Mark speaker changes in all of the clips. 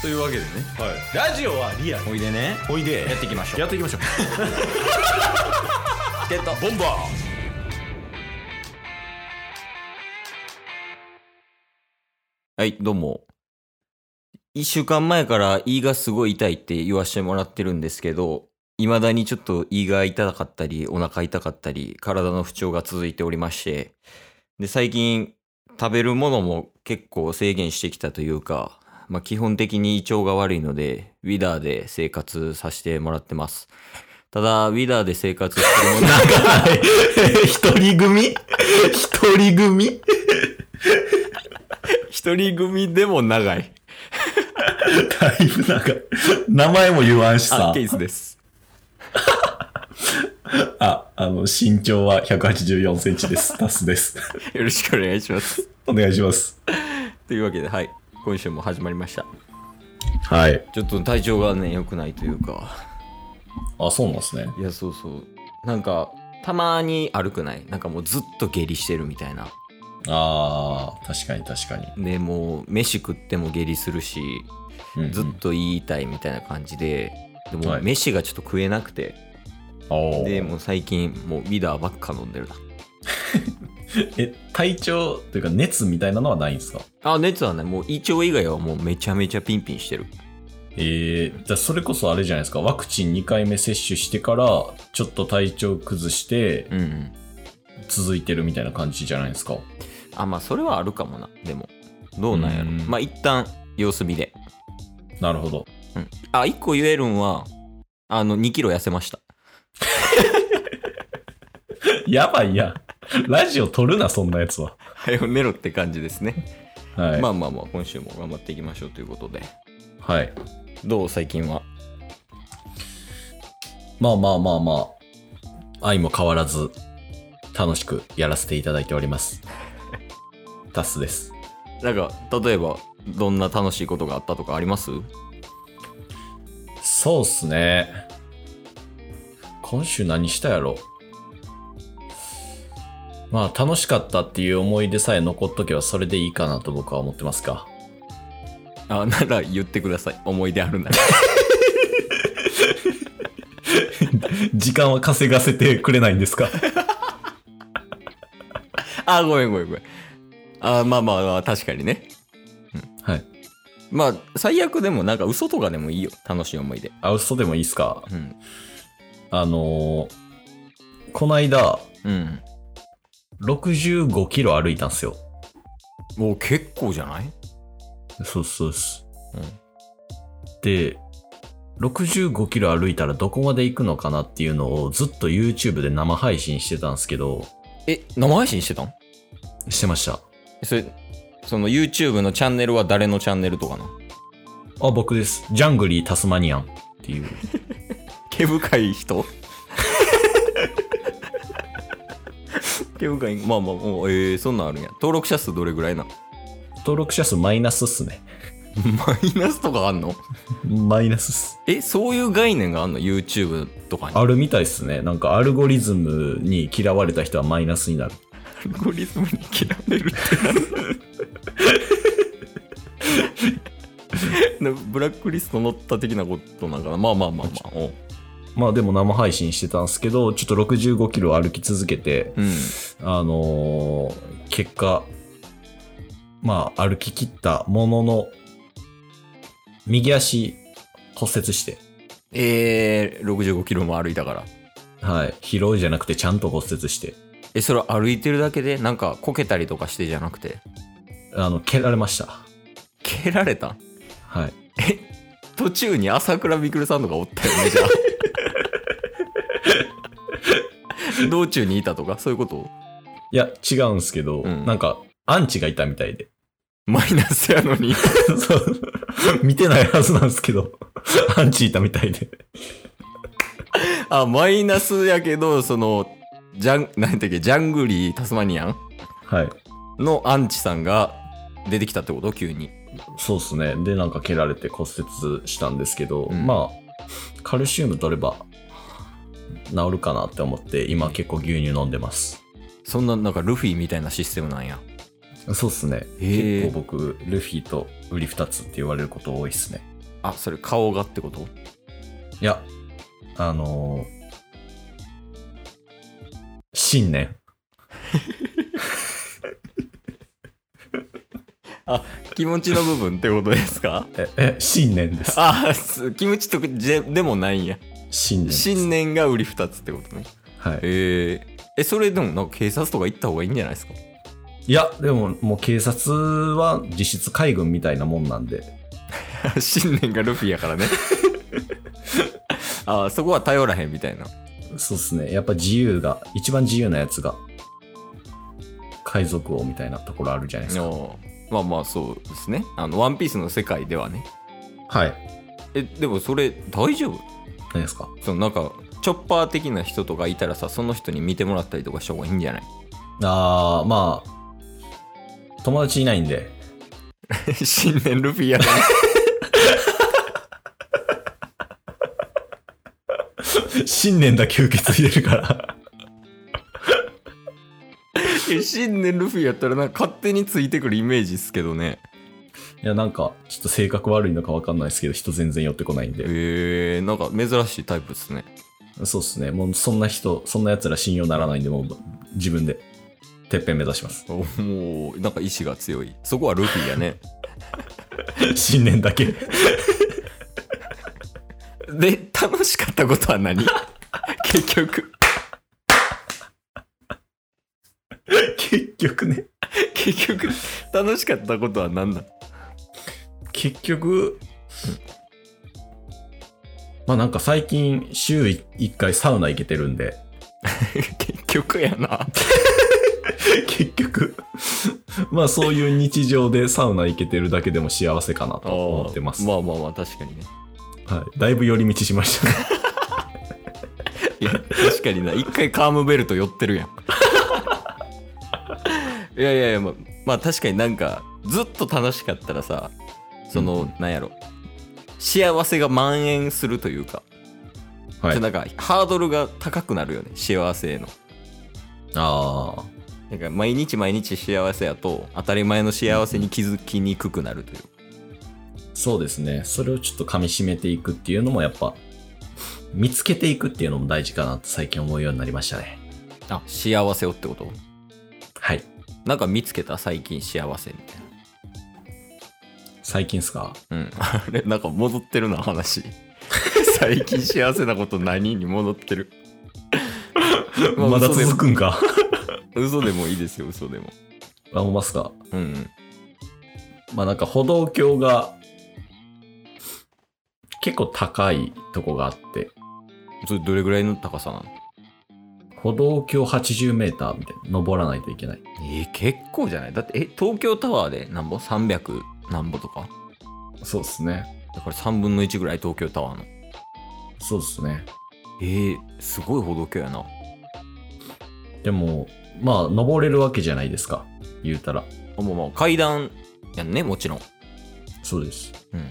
Speaker 1: というわけでね
Speaker 2: はい、ラジオはリアル
Speaker 1: おいでね
Speaker 2: おいで
Speaker 1: やっていきましょう
Speaker 2: やっていきましょう
Speaker 1: ってた
Speaker 2: ボンバ
Speaker 1: はいどうも1週間前から胃がすごい痛いって言わしてもらってるんですけどいまだにちょっと胃が痛かったりお腹痛かったり体の不調が続いておりましてで最近食べるものも結構制限してきたというか、まあ、基本的に胃腸が悪いのでウィダーで生活させてもらってますただウィダーで生活してるもの
Speaker 2: ー一人組一人組
Speaker 1: 一人組でも長い
Speaker 2: だいぶなんか、名前も言わんし
Speaker 1: あ
Speaker 2: さ
Speaker 1: ケ。イスです
Speaker 2: あ、あの、身長は184センチ です。タスです。
Speaker 1: よろしくお願いします
Speaker 2: お願いします。
Speaker 1: というわけではい今週も始まりました
Speaker 2: はい。
Speaker 1: ちょっと体調がね良くないというか
Speaker 2: あ、そうなんですね。
Speaker 1: いやそうそうなんかたまに歩くないなんかもうずっと下痢してるみたいな
Speaker 2: ああ、確かに確かに。
Speaker 1: でもう飯食っても下痢するし
Speaker 2: うんうん
Speaker 1: ずっと言いたいみたいな感じででも
Speaker 2: は
Speaker 1: う
Speaker 2: い
Speaker 1: 飯がちょっと食えなくて、
Speaker 2: おー
Speaker 1: でもう最近もうウィダーばっか飲んでるな
Speaker 2: え、体調というか熱みたいなのはないんですか
Speaker 1: あ熱はねもう胃腸以外はもうめちゃめちゃピンピンしてる
Speaker 2: えー、じゃあそれこそあれじゃないですか。ワクチン2回目接種してから、ちょっと体調崩して
Speaker 1: うん、うん、
Speaker 2: 続いてるみたいな感じじゃないですか。
Speaker 1: あまあそれはあるかもなでもどうなんやろ
Speaker 2: うん
Speaker 1: まあ一旦様子見で
Speaker 2: なるほど。
Speaker 1: あ、一個言えるんは、あの、2キロ痩せました。
Speaker 2: やばいや。ラジオ撮るな、そんなやつは。
Speaker 1: はよ寝ろって感じですね。
Speaker 2: はい。
Speaker 1: まあまあまあ、今週も頑張っていきましょうということで。
Speaker 2: はい。
Speaker 1: どう最近は。
Speaker 2: まあまあまあまあ、愛も変わらず、楽しくやらせていただいております。タスです。
Speaker 1: なんか、例えば、どんな楽しいことがあったとかあります
Speaker 2: そうっすね。今週何したやろまあ、楽しかったっていう思い出さえ残っとけばそれでいいかなと僕は思ってますか。
Speaker 1: あ、なら言ってください。思い出あるなら。
Speaker 2: 時間は稼がせてくれないんですか
Speaker 1: あ、ごめんごめんごめん。あ、まあまあまあ、確かにね。
Speaker 2: はい。
Speaker 1: まあ、最悪でも、なんか嘘とかでもいいよ。楽しい思い出。
Speaker 2: あ、嘘でもいいっすか
Speaker 1: うん。
Speaker 2: あのーこないだ、
Speaker 1: うん。
Speaker 2: 65キロ歩いたんすよ。
Speaker 1: もう結構じゃない
Speaker 2: そうそうです。
Speaker 1: うん
Speaker 2: で、65キロ歩いたらどこまで行くのかなっていうのをずっと YouTube で生配信してたんですけど、
Speaker 1: え、生配信してたん
Speaker 2: してました。
Speaker 1: それ、その YouTube のチャンネルは誰のチャンネルとかな
Speaker 2: あ、僕です。ジャングリータスマニアンっていう。
Speaker 1: 毛深い人毛深いまあまあもうえー、そんなんあるんや登録者数どれぐらいなの
Speaker 2: 登録者数マイナスっすね。
Speaker 1: マイナスとかあんの
Speaker 2: マイナスっす。
Speaker 1: えそういう概念があんの YouTube とかにア
Speaker 2: あるみたいっすね。なんかアルゴリズムに嫌われた人はマイナスになる。
Speaker 1: ルゴリズムに切られる ってなブラックリスト乗った的なことなんかなまあまあまあまあおう
Speaker 2: まあでも生配信してたんですけど、ちょっと65キロ歩き続けて、
Speaker 1: うん
Speaker 2: あのー結果、まあ、歩き切ったものの、右足骨折して、
Speaker 1: えー、65キロも歩いたから
Speaker 2: はい、疲労じゃなくてちゃんと骨折して、
Speaker 1: えそれは歩いてるだけでなんかこけたりとかしてじゃなくて
Speaker 2: あの、蹴られました。
Speaker 1: 蹴られたん
Speaker 2: はい。
Speaker 1: 途中に朝倉未来さんとかおったよねじゃあ道中にいたとかそういうこと
Speaker 2: いや、違うんですけど、
Speaker 1: うん
Speaker 2: なんか、アンチがいたみたいで。
Speaker 1: マイナスやのに
Speaker 2: そう。見てないはずなんですけど、アンチいたみたいで。
Speaker 1: あマイナスやけどそのジャンなんていうっけジャングリータスマニアン
Speaker 2: はい。
Speaker 1: のアンチさんが出てきたってこと急に
Speaker 2: そうっすね。で、なんか蹴られて骨折したんですけど、
Speaker 1: うん
Speaker 2: まあ、カルシウム取れば治るかなって思って、今結構牛乳飲んでます。
Speaker 1: そんななんかルフィみたいなシステムなんや
Speaker 2: そうっすね。
Speaker 1: へー
Speaker 2: 結構僕、ルフィとウリ二つって言われること多いっすね。
Speaker 1: あそれ顔がってこと
Speaker 2: いや、あのー新年。
Speaker 1: 気持ちの部分ってことですか
Speaker 2: え、え、新年 です。
Speaker 1: あす気持ちとかじゃでもないんや
Speaker 2: 新年です。
Speaker 1: 信念が売り二つってことね
Speaker 2: はい。
Speaker 1: えー、えそれでもなんか警察とか行った方がいいんじゃないです か
Speaker 2: いや、でも、もう警察は実質海軍みたいなもんなんで。
Speaker 1: 信念がルフィやから ねあそこは頼らへんみたいな
Speaker 2: そうっすね。やっぱ自由が、一番自由なやつが、海賊王みたいなところあるじゃないですか。
Speaker 1: おまあまあそうですねあのワンピースの世界ではね
Speaker 2: はい。
Speaker 1: えでもそれ大丈夫
Speaker 2: 何ですか
Speaker 1: そのなんかチョッパー的な人とかいたらさその人に見てもらったりとかした方がいいんじゃない
Speaker 2: あー、まあ、友達いないんで。
Speaker 1: 新年ルフィやから
Speaker 2: 新年だけ受け継いでるから。
Speaker 1: い や新年ルフィやったらなんか勝手についてくるイメージっすけどね
Speaker 2: いや、なんか、ちょっと性格悪いのかわかんないですけど、人全然寄ってこないんで。
Speaker 1: へえー、なんか珍しいタイプですね
Speaker 2: そうっすね。もう、そんな人、そんな奴ら信用ならないんで、もう、自分で、てっぺん目指し ます。
Speaker 1: おもうなんか意志が強いそこはルフィやね
Speaker 2: 新年だけ。
Speaker 1: で楽しかったことは何 結局
Speaker 2: 結局ね。
Speaker 1: 結局楽しかったことは何なん
Speaker 2: 結局、まあなんか最近、週1回サウナ行けてるん で、
Speaker 1: 結局やな
Speaker 2: 結局、 まあそういう日常でサウナ行けてるだけでも幸せかなと思ってます。
Speaker 1: まあまあまあ確かにね
Speaker 2: はい、だいぶ寄り道しましたね。
Speaker 1: いや確かにな一回カームベルト寄ってるやん いやいやいやまあまあ確かになんかずっと楽しかったらさその、なんやろ幸せが蔓延するというか、
Speaker 2: は
Speaker 1: ちょ
Speaker 2: い。
Speaker 1: なんかハードルが高くなるよね幸せへの
Speaker 2: ああ。
Speaker 1: なんか毎日毎日幸せやと当たり前の幸せに気づきにくくなるという、
Speaker 2: そうですね。それをちょっと噛み締めていくっていうのもやっぱ、見つけていくっていうのも大事かなって最近思うようになりましたね。
Speaker 1: あ幸せをってこと
Speaker 2: はい。
Speaker 1: なんか見つけた最近幸せみたい
Speaker 2: 最近っすか
Speaker 1: なうんあれなんか戻ってるな話 最近幸せなこと何に戻って る まあ
Speaker 2: まだ
Speaker 1: 嘘でも
Speaker 2: 続くんか
Speaker 1: 嘘でもいいですよ嘘でも
Speaker 2: あ、ほんまっすか
Speaker 1: うん
Speaker 2: まあなんか歩道橋が結構高いとこがあって、
Speaker 1: それどれぐらいの高さなの
Speaker 2: 歩道橋80メーターみたいな、登らないといけない。
Speaker 1: えー結構じゃないだってえ東京タワーでなんぼ300なんぼとか
Speaker 2: そうですね。
Speaker 1: だから3分の1ぐらい東京タワーの
Speaker 2: そうですね。
Speaker 1: えー、すごい歩道橋やな
Speaker 2: でも、まあ登れるわけじゃないですか。言うたら。
Speaker 1: あまあまあ階段やんねもちろん
Speaker 2: そうです。
Speaker 1: うん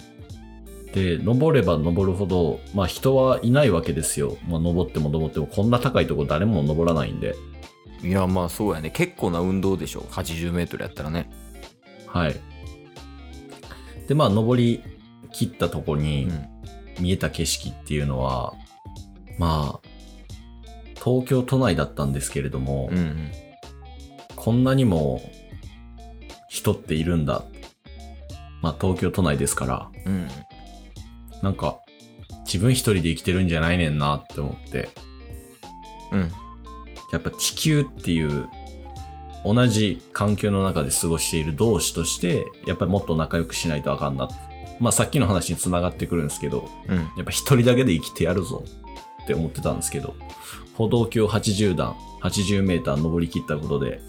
Speaker 2: で、登れば登るほど、まあ人はいないわけですよ。まあ登っても登っても、こんな高いとこ誰も登らないんで。
Speaker 1: いやまあそうやね結構な運動でしょ 80m やったらね
Speaker 2: はい。で、まあ登り切ったとこ
Speaker 1: う
Speaker 2: に
Speaker 1: ん
Speaker 2: 見えた景色っていうのは、まあ、東京都内だったんですけれども、
Speaker 1: うんうん
Speaker 2: こんなにも人っているんだ。まあ東京都内ですから、
Speaker 1: うん
Speaker 2: なんか自分一人で生きてるんじゃないねんなって思って、
Speaker 1: うん
Speaker 2: やっぱ地球っていう同じ環境の中で過ごしている同志として、やっぱりもっと仲良くしないとあかんな。まあさっきの話に繋がってくるんですけど、
Speaker 1: うん
Speaker 2: やっぱ一人だけで生きてやるぞって思ってたんですけど、歩道橋80段、80メーター登り切ったことで、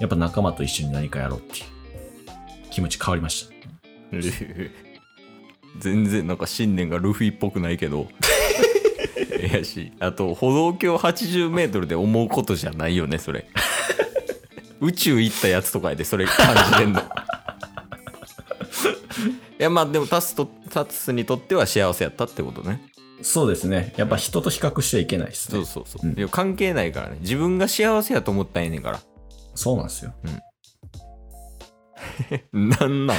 Speaker 2: やっぱ仲間と一緒に何かやろうっていう気持ち変わりました。
Speaker 1: 全然なんか信念がルフィっぽくないけど いやしあと歩道橋 80m で思うことじゃないよねそれ 宇宙行ったやつとかやでそれ感じてんの いやまあでもタスとタスにとっては幸せやったってことね
Speaker 2: そうですね。やっぱ人と比較しちゃいけないです
Speaker 1: そ
Speaker 2: ね
Speaker 1: う。そうそう、
Speaker 2: うん
Speaker 1: いや関係ないからね自分が幸せやと思ったんやねんから
Speaker 2: そうなんですよ。
Speaker 1: なんなん
Speaker 2: なん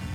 Speaker 3: す